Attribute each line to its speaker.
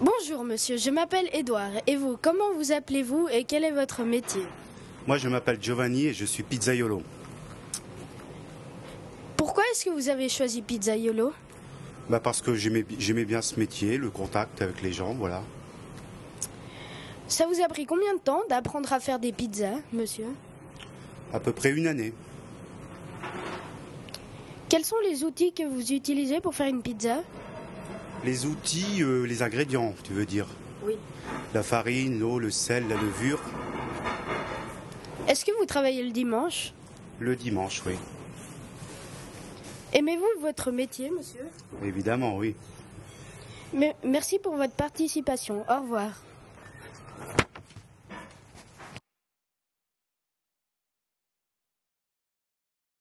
Speaker 1: Bonjour monsieur, je m'appelle Edouard. Et vous, comment vous appelez-vous et quel est votre métier
Speaker 2: Moi, je m'appelle Giovanni et je suis pizzaiolo.
Speaker 1: Pourquoi est-ce que vous avez choisi Pizzaiolo
Speaker 2: Bah parce que j'aimais j'aimais bien ce métier, le contact avec les gens, voilà.
Speaker 1: Ça vous a pris combien de temps d'apprendre à faire des pizzas, monsieur
Speaker 2: À peu près une année.
Speaker 1: Quels sont les outils que vous utilisez pour faire une pizza
Speaker 2: Les outils, euh, les ingrédients, tu veux dire
Speaker 1: Oui.
Speaker 2: La farine, l'eau, le sel, la levure,
Speaker 1: Est-ce que vous travaillez le dimanche
Speaker 2: le dimanche, oui.
Speaker 1: Aimez-vous votre métier, monsieur
Speaker 2: Évidemment, oui.
Speaker 1: Mais- Merci pour votre participation. Au revoir.